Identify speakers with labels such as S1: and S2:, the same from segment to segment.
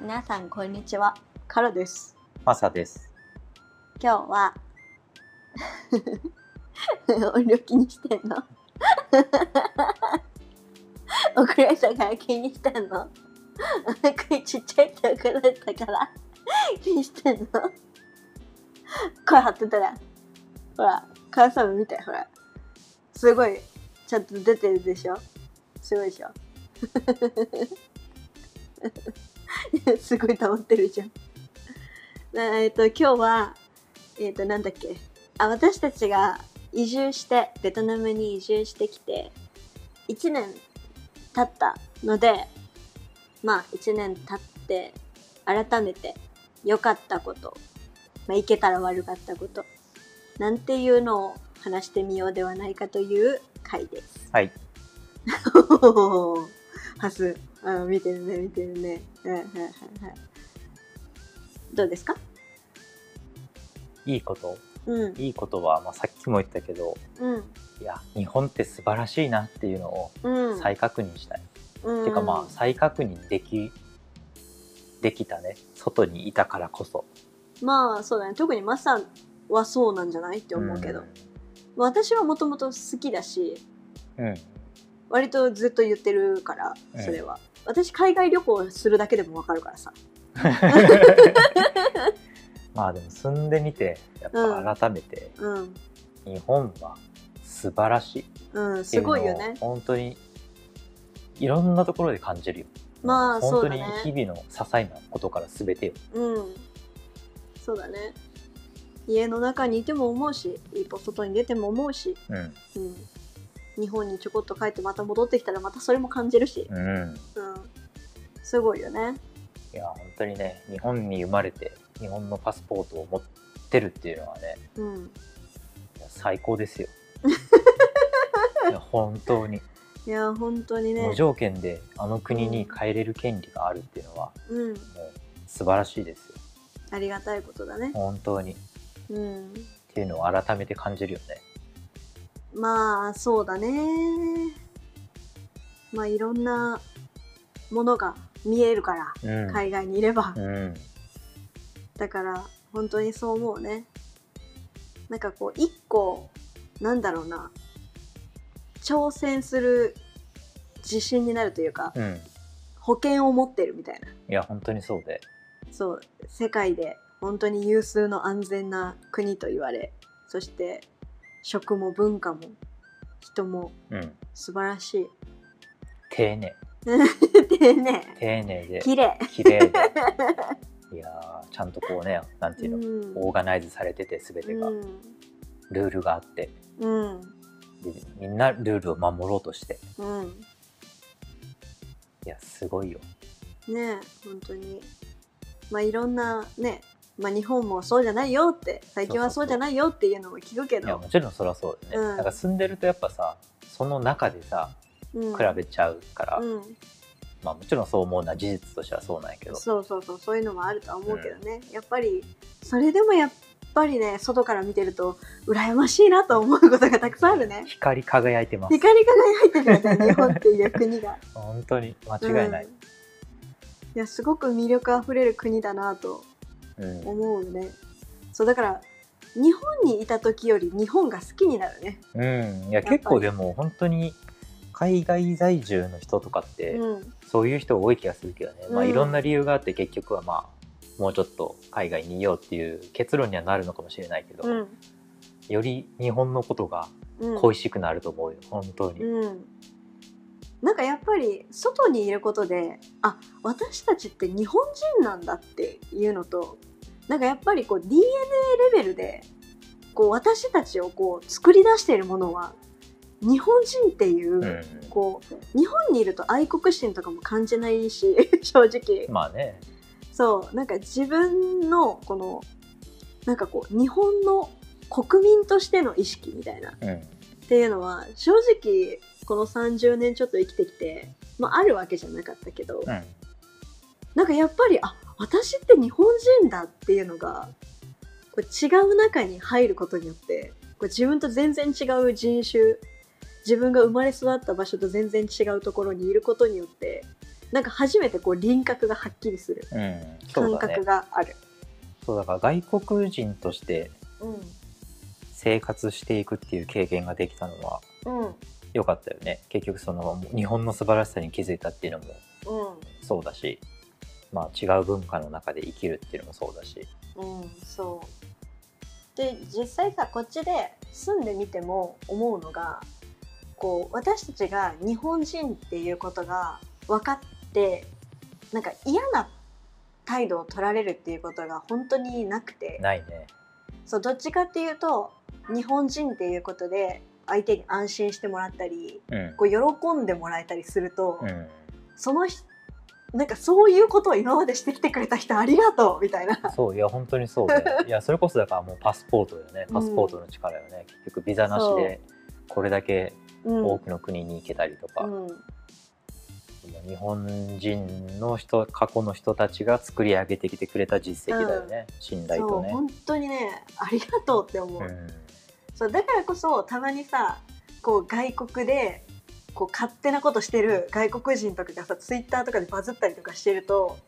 S1: 皆さんこんにちはカロです
S2: マサです。
S1: 今日は 音量気にしてんの 遅れたから気にしてんの 声ちっちゃいって遅れたから気にしてんの声張ってたらほらカラサム見てほらすごいちゃんと出てるでしょすごいでしょ すごい溜まってるじゃんなえっと今日はえっ、となんだっけあ私たちが移住してベトナムに移住してきて1年経ったのでまあ1年経って改めて良かったこと、まあ、いけたら悪かったことなんていうのを話してみようではないかという回です。
S2: はい。
S1: おー ハスあ見てるね見てるね。はいはいはいはい。どうですか
S2: いいこと。
S1: うん
S2: いいことは、まあ、さっきも言ったけど、
S1: うん
S2: いや、日本って素晴らしいなっていうのを
S1: うん。
S2: 再確認したい。
S1: うん
S2: てかまあ、再確認でき、できたね。外にいたからこそ。
S1: まあそうだね特にマサはそうなんじゃないって思うけど、まあ私はもともと好きだし
S2: うん。 うん。
S1: 割とずっと言ってるから
S2: うん
S1: それは、私海外旅行するだけでもわかるからさ
S2: まあでも住んでみて、やっぱ改めて、
S1: うん
S2: 日本は素晴らしいっ
S1: うん
S2: てい
S1: す
S2: うのを
S1: ごいよね
S2: 本当に、いろんなところで感じるよ。
S1: まあ
S2: 本
S1: そ
S2: 当
S1: うだ
S2: に
S1: ね
S2: 日々の些細なことから全てよ。
S1: うんそうだね家の中にいても思うし一歩外に出ても思うし、
S2: うん。
S1: うん、日本にちょこっと帰ってまた戻ってきたらまたそれも感じるし、
S2: うん。
S1: うん、すごいよね
S2: いや本当にね日本に生まれて日本のパスポートを持ってるっていうのはね
S1: うん
S2: いや最高です よいや本当に、
S1: いや本当にね
S2: 無条件であの国に帰れる権利があるっていうのは
S1: うん
S2: もう素晴らしいですよ
S1: ありがたいことだね。
S2: 本当にっ
S1: うん。
S2: ていうのを改めて感じるよね
S1: まあ、そうだね。まあ、いろんなものが見えるから、
S2: うん、
S1: 海外にいれば
S2: う。ん、
S1: だから、本当にそう思うね。なんかこう、一個、なんだろうな、挑戦する自信になるというか、
S2: うん、
S1: 保険を持ってるみたいな。
S2: いや本当にそうで
S1: そう世界で本当に有数の安全な国と言われそして食も文化も人も
S2: うん
S1: 素晴らしい
S2: 丁寧
S1: 丁寧
S2: 丁寧で
S1: 綺麗
S2: 綺麗 でいやーちゃんとこうねなんていううの、
S1: ん
S2: オーガナイズされてて全てが、ルールがあって
S1: うん
S2: でみんなルールを守ろうとして
S1: うんうん
S2: いやすごいよ
S1: ねえ本当にまあいろんなねまあ日本もそうじゃないよって最近はそうじゃないよっていうのも聞くけ
S2: いや
S1: ど
S2: もちろんそりゃそうだよね、
S1: うん
S2: なんか住んでるとやっぱさその中でさ
S1: うん
S2: 比べちゃうから、
S1: うん
S2: まあもちろんそう思うのは事実としてはそうなんやけど
S1: そうそうそうそういうのもあるとは思うけどね、やっぱりそれでもやっぱりね外から見てると羨ましいなと思うことがたくさんある ね
S2: 光り輝いてます
S1: 光り輝いてるよね日本っていう国が
S2: 本当に 間違いない
S1: うん、いやすごく魅力あふれる国だなと
S2: うん
S1: 思うねそうだから日本にいた時より日本が好きになるね、
S2: うんいや結構でも本当に海外在住の人とかって
S1: うん
S2: そういう人多い気がするけどね、まあ
S1: うん
S2: いろんな理由があって結局はまあもうちょっと海外にいようっていう結論にはなるのかもしれないけど、
S1: うん
S2: より日本のことが
S1: うん
S2: 恋しくなると思うよ本当に、
S1: うん、なんかやっぱり外にいることであ私たちって日本人なんだっていうのとなんかやっぱりこう DNA レベルでこう私たちをこう作り出しているものは日本人っていう、
S2: うん
S1: こう日本にいると愛国心とかも感じないし 正直
S2: まあね、
S1: そうなんか自分のこのなんかこう日本の国民としての意識みたいな
S2: うん、
S1: っていうのは正直この30年ちょっと生きてきて、まあ、あるわけじゃなかったけど
S2: うん、
S1: なんかやっぱりあ私って日本人だっていうのがこう違う中に入ることによってこう自分と全然違う人種自分が生まれ育った場所と全然違うところにいることによってなんか初めてこう輪郭がはっきりする
S2: うん、そ
S1: 感
S2: うだね
S1: 覚がある
S2: そうだから外国人として生活していくっていう経験ができたのは
S1: うんうん
S2: 良かったよね結局その日本の素晴らしさに気づいたっていうのもそうだし、まあ、違う文化の中で生きるっていうのもそうだし、
S1: うんうんそうで実際さこっちで住んでみても思うのがこう私たちが日本人っていうことが分かってなんか嫌な態度を取られるっていうことが本当になくて
S2: ないね
S1: そうどっちかっていうと日本人っていうことで相手に安心してもらったり
S2: うん
S1: こう喜んでもらえたりすると、
S2: うん
S1: その人なんかそういうことを今までしてきてくれた人ありがとうみたいな
S2: そういや本当 にそうだよいやそれこそだからもうパスポートだよねパスポートの力よね、結局ビザなしでこれだけ
S1: うん、
S2: 多くの国に行けたりとか、
S1: うん
S2: 日本人の人過去の人たちが作り上げてきてくれた実績だよね、信頼
S1: そ
S2: と
S1: う
S2: ね。
S1: 本当にねありがとうって思う,、
S2: うん
S1: そうだからこそたまにさこう外国でこう勝手なことしてる外国人とかがさツイッターとかでバズったりとかしてると、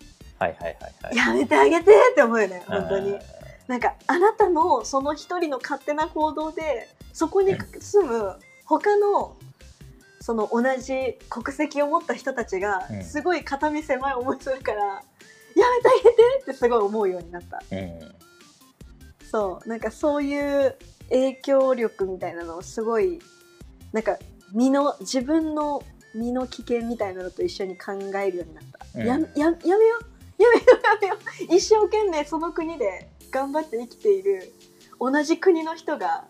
S2: はいはいはいはい。
S1: やめてあげてって思うよね本当に。
S2: うん
S1: なんかあなたのその一人の勝手な行動でそこに住む他のその同じ国籍を持った人たちが
S2: うん
S1: すごい片身狭い思いするから、やめてあげてってすごい思うようになった
S2: うん
S1: そうなんかそういう影響力みたいなのをすごいなんか身の自分の身の危険みたいなのと一緒に考えるようになった、
S2: う
S1: や
S2: ん
S1: ややめようやめようやめよう一生懸命その国で頑張って生きている同じ国の人が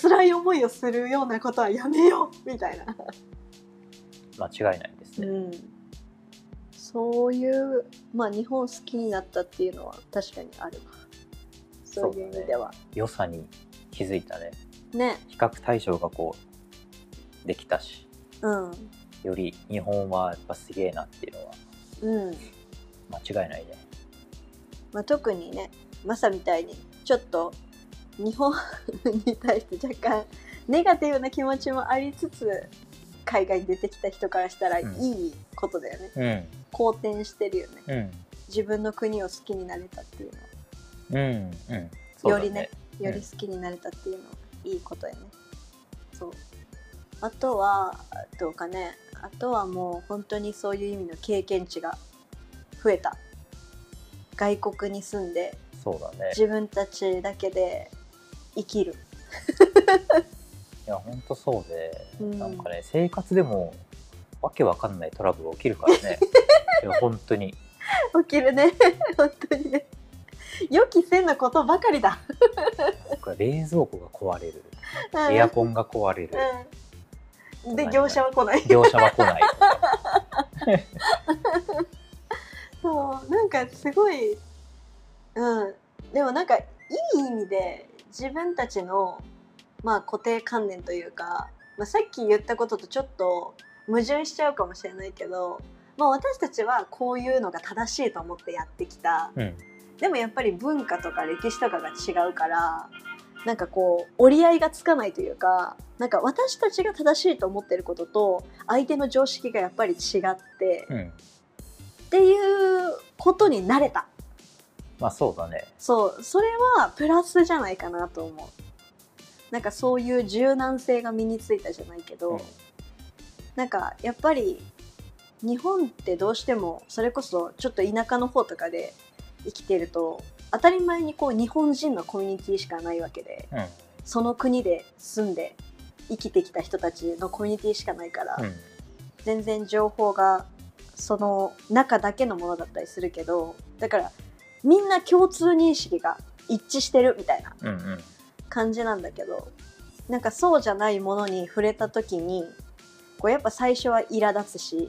S1: 辛い思いをするようなことはやめようみたいな、
S2: 間違いないです
S1: う
S2: ね。
S1: ん、そういうまあ日本好きになったっていうのは確かにあるわそういう意味では
S2: 良さに気づいたね。
S1: ね
S2: 比較対象がこうできたし、
S1: うん
S2: より日本はやっぱすげえなっていうのは
S1: うん
S2: 間違いないね。
S1: まあ、特にねマサみたいにちょっと日本 に対して若干ネガティブな気持ちもありつつ海外に出てきた人からしたらい
S2: うん
S1: いことだよね、
S2: う
S1: 好転してるよね
S2: んうん
S1: 自分の国を好きになれたっていうのは
S2: うんうん。そうだ
S1: よりね。より好きになれたっていうのはいいことやね、そうあとはどうかねあとはもう本当にそういう意味の経験値が増えた外国に住んで
S2: そうだね。
S1: 自分たちだけで生きる
S2: いや本当そうで、
S1: うん
S2: なんかね生活でもわけわかんないトラブル起きるから ねいや本当に
S1: 起きるね 本当にね予期せぬことばかりだ
S2: なんか冷蔵庫が壊れるエアコンが壊れる
S1: うん、で業者は来ない
S2: 業者は来 ないとか
S1: そうなんかすごいうんでもなんかいい意味で自分たちのまあ固定観念というか、まあ、さっき言ったこととちょっと矛盾しちゃうかもしれないけど、まあ、私たちはこういうのが正しいと思ってやってきた
S2: うん
S1: でもやっぱり文化とか歴史とかが違うからなんかこう折り合いがつかないというかなんか私たちが正しいと思ってることと相手の常識がやっぱり違って
S2: うん
S1: っていうことになれた
S2: まあそうだね
S1: そうそれはプラスじゃないかなと思うなんかそういう柔軟性が身についたじゃないけど、
S2: うん
S1: なんかやっぱり日本ってどうしてもそれこそちょっと田舎の方とかで生きてると当たり前にこう日本人のコミュニティしかないわけで
S2: うん
S1: その国で住んで生きてきた人たちのコミュニティしかないから、
S2: うん
S1: 全然情報がその中だけのものだったりするけどだからみんな共通認識が一致してるみたいな
S2: うんうん
S1: 感じなんだけどなんかそうじゃないものに触れた時にこうやっぱ最初は苛立つし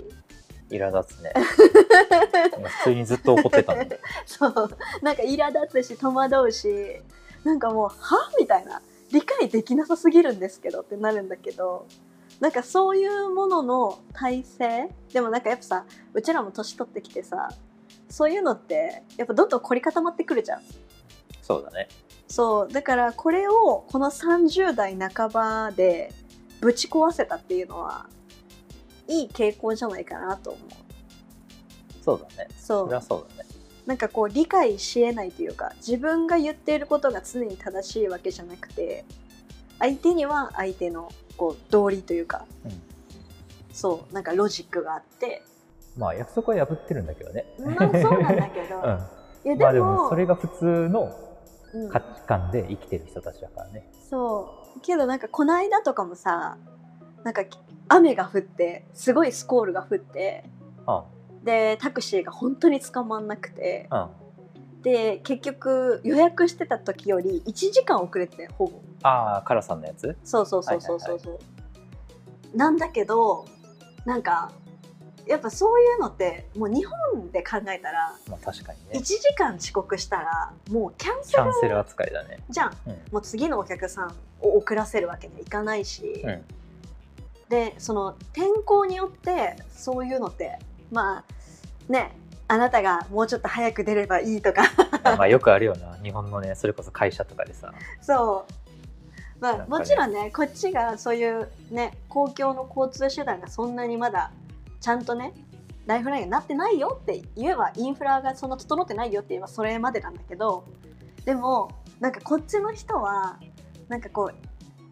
S2: 苛立つ ねいや普通にずっと怒ってたもん ね
S1: そうなんか苛立つし戸惑うしなんかもう「は?」みたいな理解できなさすぎるんですけどってなるんだけどなんかそういうものの体制でもなんかやっぱさうちらも年取ってきてさそういうのってやっぱどんどん凝り固まってくるじゃん。
S2: そうだね
S1: そうだからこれをこの30代半ばでぶち壊せたっていうのはいい傾向じゃないかなと思う。
S2: そうだね
S1: そ
S2: そうれはそうだね
S1: なんかこう理解しえないというか自分が言っていることが常に正しいわけじゃなくて相手には相手のこう道理というか、
S2: うん
S1: そうなんかロジックがあ って
S2: まあ約束は破ってるんだけどね
S1: まあそうなんだけど、
S2: うん
S1: いやでも,、
S2: まあでもそれが普通の
S1: うん
S2: 価値観で生きてる人たちだからね
S1: そうけどなんかこの間とかもさなんか雨が降ってすごいスコールが降って
S2: うん
S1: でタクシーが本当に捕まんなくて
S2: うん
S1: で結局予約してた時より1時間遅れてほぼ
S2: ああカラさんのやつ
S1: そうそうそうそうそうそう、なんだけどなんかやっぱそういうのってもう日本で考えたら
S2: まあ確かに
S1: 1
S2: ね
S1: 時間遅刻したらもうキャンセ
S2: キ
S1: ル
S2: ャンセル扱いだね
S1: じゃん
S2: うん
S1: もう次のお客さんを遅らせるわけにはいかないし、
S2: うん
S1: でその天候によってそういうのってまあねあなたがもうちょっと早く出ればいいとか
S2: まあまあよくあるよな日本のねそれこそ会社とかでさ
S1: そう。まあ
S2: なんかね
S1: もちろんねこっちがそういうね公共の交通手段がそんなにまだちゃんとねライフラインがなってないよって言えばインフラがそんな整ってないよって言えばそれまでなんだけどでもなんかこっちの人はなんかこう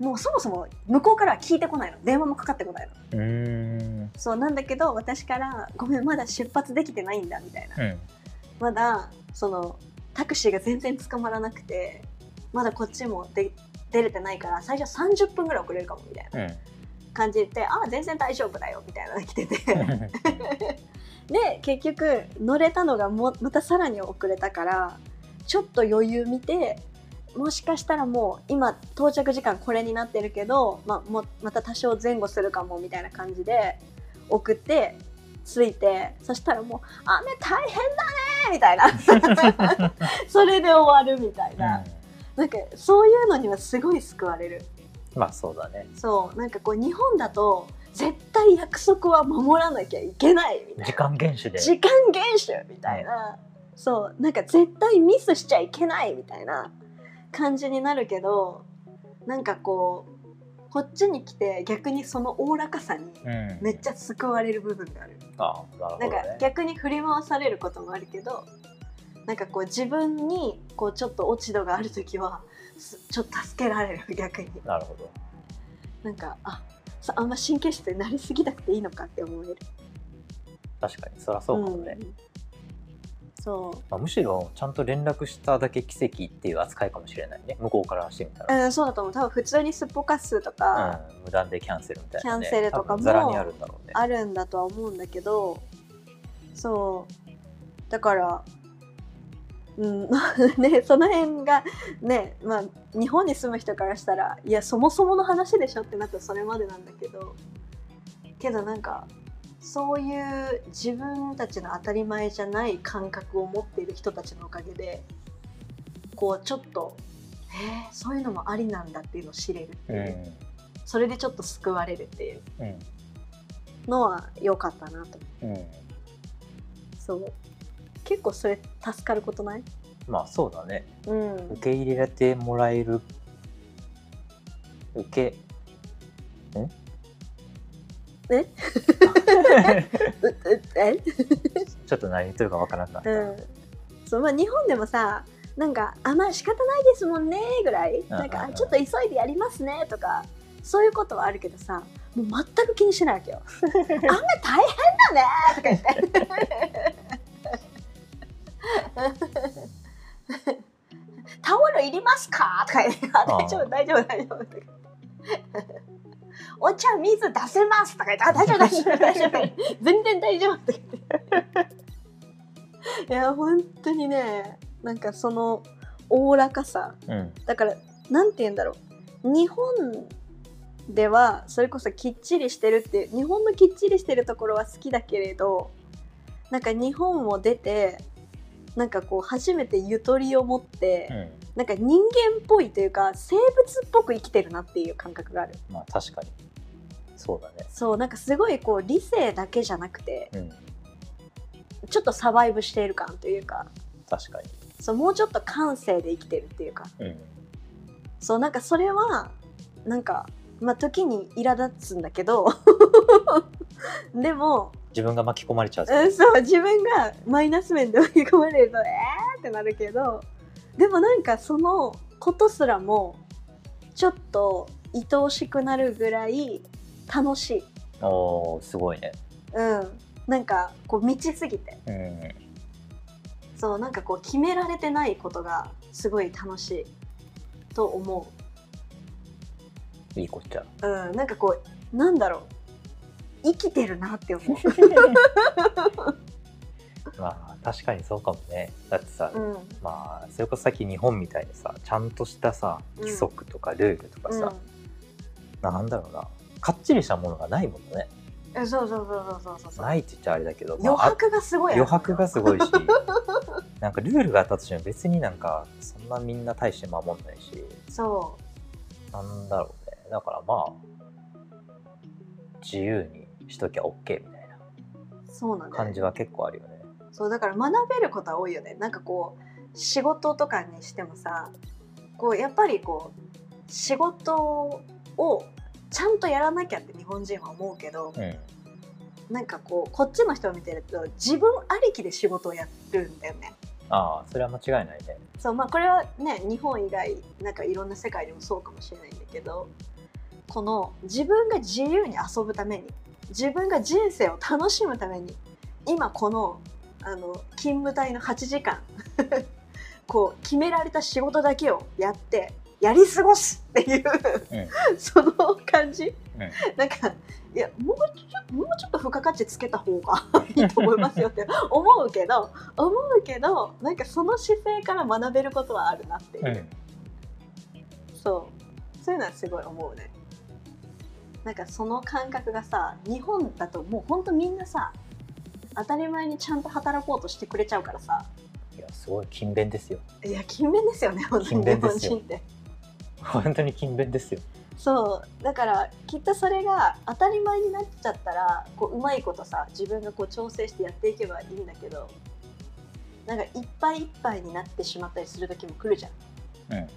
S1: もうそもそも向こうからは聞いてこないの電話もかかってこないの
S2: うーん
S1: そうなんだけど私から「ごめんまだ出発できてないんだ」みたいな
S2: うん
S1: まだそのタクシーが全然捕まらなくてまだこっちもで出れてないから最初30分ぐらい遅れるかもみたいな
S2: うん
S1: 感じで言って「あ全然大丈夫だよ」みたいなのが来ててで結局乗れたのがもまたさらに遅れたからちょっと余裕見てもしかしたらもう今到着時間これになってるけど、まあ、もうまた多少前後するかもみたいな感じで送って着いてそしたらもう「雨大変だね」みたいなそれで終わるみたいな、なんかそういうのにはすごい救われる
S2: うんまあそうだね
S1: そうなんかこう日本だと絶対約束は守らなきゃいけないみたいな
S2: 時間厳守で
S1: 時間厳守みたいな、そうなんか絶対ミスしちゃいけないみたいな感じになるけどなんかこうこっちに来て逆にそのおおらかさに
S2: うん
S1: めっちゃ救われる部分がある、
S2: ああなる
S1: な
S2: ほど
S1: んか
S2: ね
S1: 逆に振り回されることもあるけどなんかこう自分にこうちょっと落ち度がある時はすちょっと助けられる逆に
S2: なるほど
S1: なんかあさあんま神経質になりすぎなくていいのかって思える
S2: 確かにそりゃそうかもね、
S1: んそう
S2: まあ、むしろちゃんと連絡しただけ奇跡っていう扱いかもしれないね向こうからしてみたら、
S1: うん、そうだと思う多分普通にすっぽかすとか
S2: うん無断でキャンセルみたいな、
S1: キ
S2: ね、
S1: ャンセルとかも
S2: 多分ざらにあるんだろうね
S1: あるんだとは思うんだけど、そうだからうん ねその辺がねまあ日本に住む人からしたらいやそもそもの話でしょってなったらそれまでなんだけどけどなんかそういう自分たちの当たり前じゃない感覚を持っている人たちのおかげでこうちょっとへえそういうのもありなんだっていうのを知れるっていう。それでちょっと救われるっていう
S2: うんうん
S1: のは良かったなと
S2: うん
S1: そう結構それ助かることない
S2: まあそうだね
S1: うん
S2: 受け入れてもらえる受けん
S1: えううえ
S2: ちょっと何言ってるかわからなかった、
S1: うんそうまあ日本でもさなんかあまあ仕方ないですもんねぐらいなんか
S2: うん
S1: あ
S2: うんうん
S1: ちょっと急いでやりますねとかそういうことはあるけどさもう全く気にしないわけ よあんま大変だねとか言って タオルいりますかとか言ってあ
S2: あ
S1: 大丈夫大丈夫大丈夫とかお茶水出せますとか言ってあ大丈夫大丈夫大丈夫 全然大丈夫とか言っていや本当にねなんかそのおおらかさ
S2: うん
S1: だからなんて言うんだろう日本ではそれこそきっちりしてるって日本のきっちりしてるところは好きだけれどなんか日本を出てなんかこう初めてゆとりを持って、
S2: うん
S1: なんか人間っぽいというか生物っぽく生きてるなっていう感覚がある
S2: まあ確かにそうだね
S1: そうなんかすごいこう理性だけじゃなくて
S2: うん
S1: ちょっとサバイブしている感というか
S2: 確か
S1: そうもうちょっと感性で生きてるっていうか
S2: にうん
S1: そうなんかそれはなんかまあ時に苛立つんだけど でも、
S2: 自分が巻き込まれちゃうぞ
S1: うん、そう自分がマイナス面で追い込まれるとえーってなるけどでもなんかそのことすらもちょっと愛おしくなるぐらい楽しい、
S2: おーすごいね
S1: うん、なんかこう満ちすぎて
S2: うん
S1: そうなんかこう決められてないことがすごい楽しいと思
S2: いいこ っちゃ
S1: う、うん、なんかこうなんだろう生きてるなって思う。
S2: まあ確かにそうかもねだってさ、
S1: うん
S2: まあそれこそさっき日本みたいにさちゃんとしたさ
S1: うん
S2: 規則とかルールとかさ、なんだろうなかっちりしたものがないもんね
S1: うん、そうそうそうそうそうそう
S2: ないって言っちゃあれだけど、ま
S1: 余
S2: ああ
S1: 白がすごいある
S2: 余白がすごいし なんかルールがあったとしても別になんかそんなみんな大して守んないし
S1: そう
S2: なんだろうねだからまあ自由にしときゃ OK みたい
S1: そうなん
S2: な
S1: だよ
S2: 感
S1: ね
S2: じは結構あるよね
S1: そうだから学べることは多いよねなんかこう仕事とかにしてもさこうやっぱりこう仕事をちゃんとやらなきゃって日本人は思うけどなんかこうこっちの人を見てると自分ありきで仕事をやるんだよね。
S2: ああそれは間違いないね
S1: そうまあこれはね日本以外なんかいろんな世界でもそうかもしれないんだけどこの自分が自由に遊ぶために自分が人生を楽しむために今このあの勤務隊の8時間 こう決められた仕事だけをやってやり過ごすっていう、 その感じ、
S2: うん
S1: なんかいやもうちょもうちょっと付加価値つけた方が いいと思いますよって思うけど思うけどなんかその姿勢から学べることはあるなっていう、
S2: うん
S1: そうそういうのはすごい思うねなんかその感覚がさ日本だともうほんとみんなさ当たり前にちゃんと働こうとしてくれちゃうからさ
S2: いやすごい勤勉ですよ
S1: いや勤勉ですよね本当に
S2: 勤
S1: 日
S2: 勉で
S1: 本
S2: すよ
S1: 人って
S2: 本当に勤勉ですよ
S1: そうだからきっとそれが当たり前になっちゃったらこううまいことさ自分がこう調整してやっていけばいいんだけどなんかいっぱいいっぱいになってしまったりする時も来るじゃん
S2: うん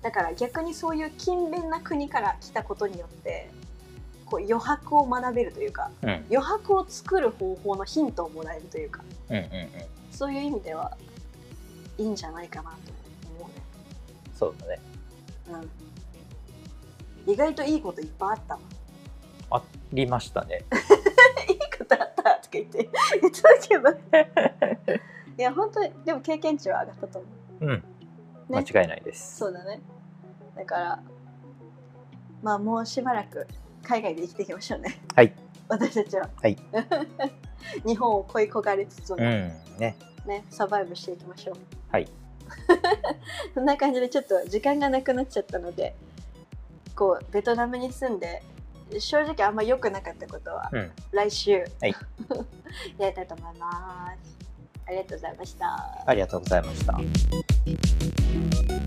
S1: だから逆にそういう勤勉な国から来たことによってこう余白を学べるというか
S2: うん
S1: 余白を作る方法のヒントをもらえるというか
S2: うんうんうん
S1: そういう意味ではいいんじゃないかなと思
S2: そうだね
S1: うね、うん、意外といいこといっぱいあったわ
S2: ありましたね
S1: いいことあったとか言って言ってたけどいや本当にでも経験値は上がったと思う
S2: うん間違いないです、
S1: そうだねだからまあもうしばらく海外で生きていきましょうね
S2: はい
S1: 私たちは、
S2: はい
S1: 日本を恋焦がれつつも
S2: うん
S1: ね、
S2: ね
S1: サバイブしていきましょう
S2: はい
S1: そんな感じでちょっと時間がなくなっちゃったのでこうベトナムに住んで正直あんま良くなかったことは
S2: うん
S1: 来週、
S2: はい
S1: やりたいと思いますありがとうございました
S2: ありがとうございました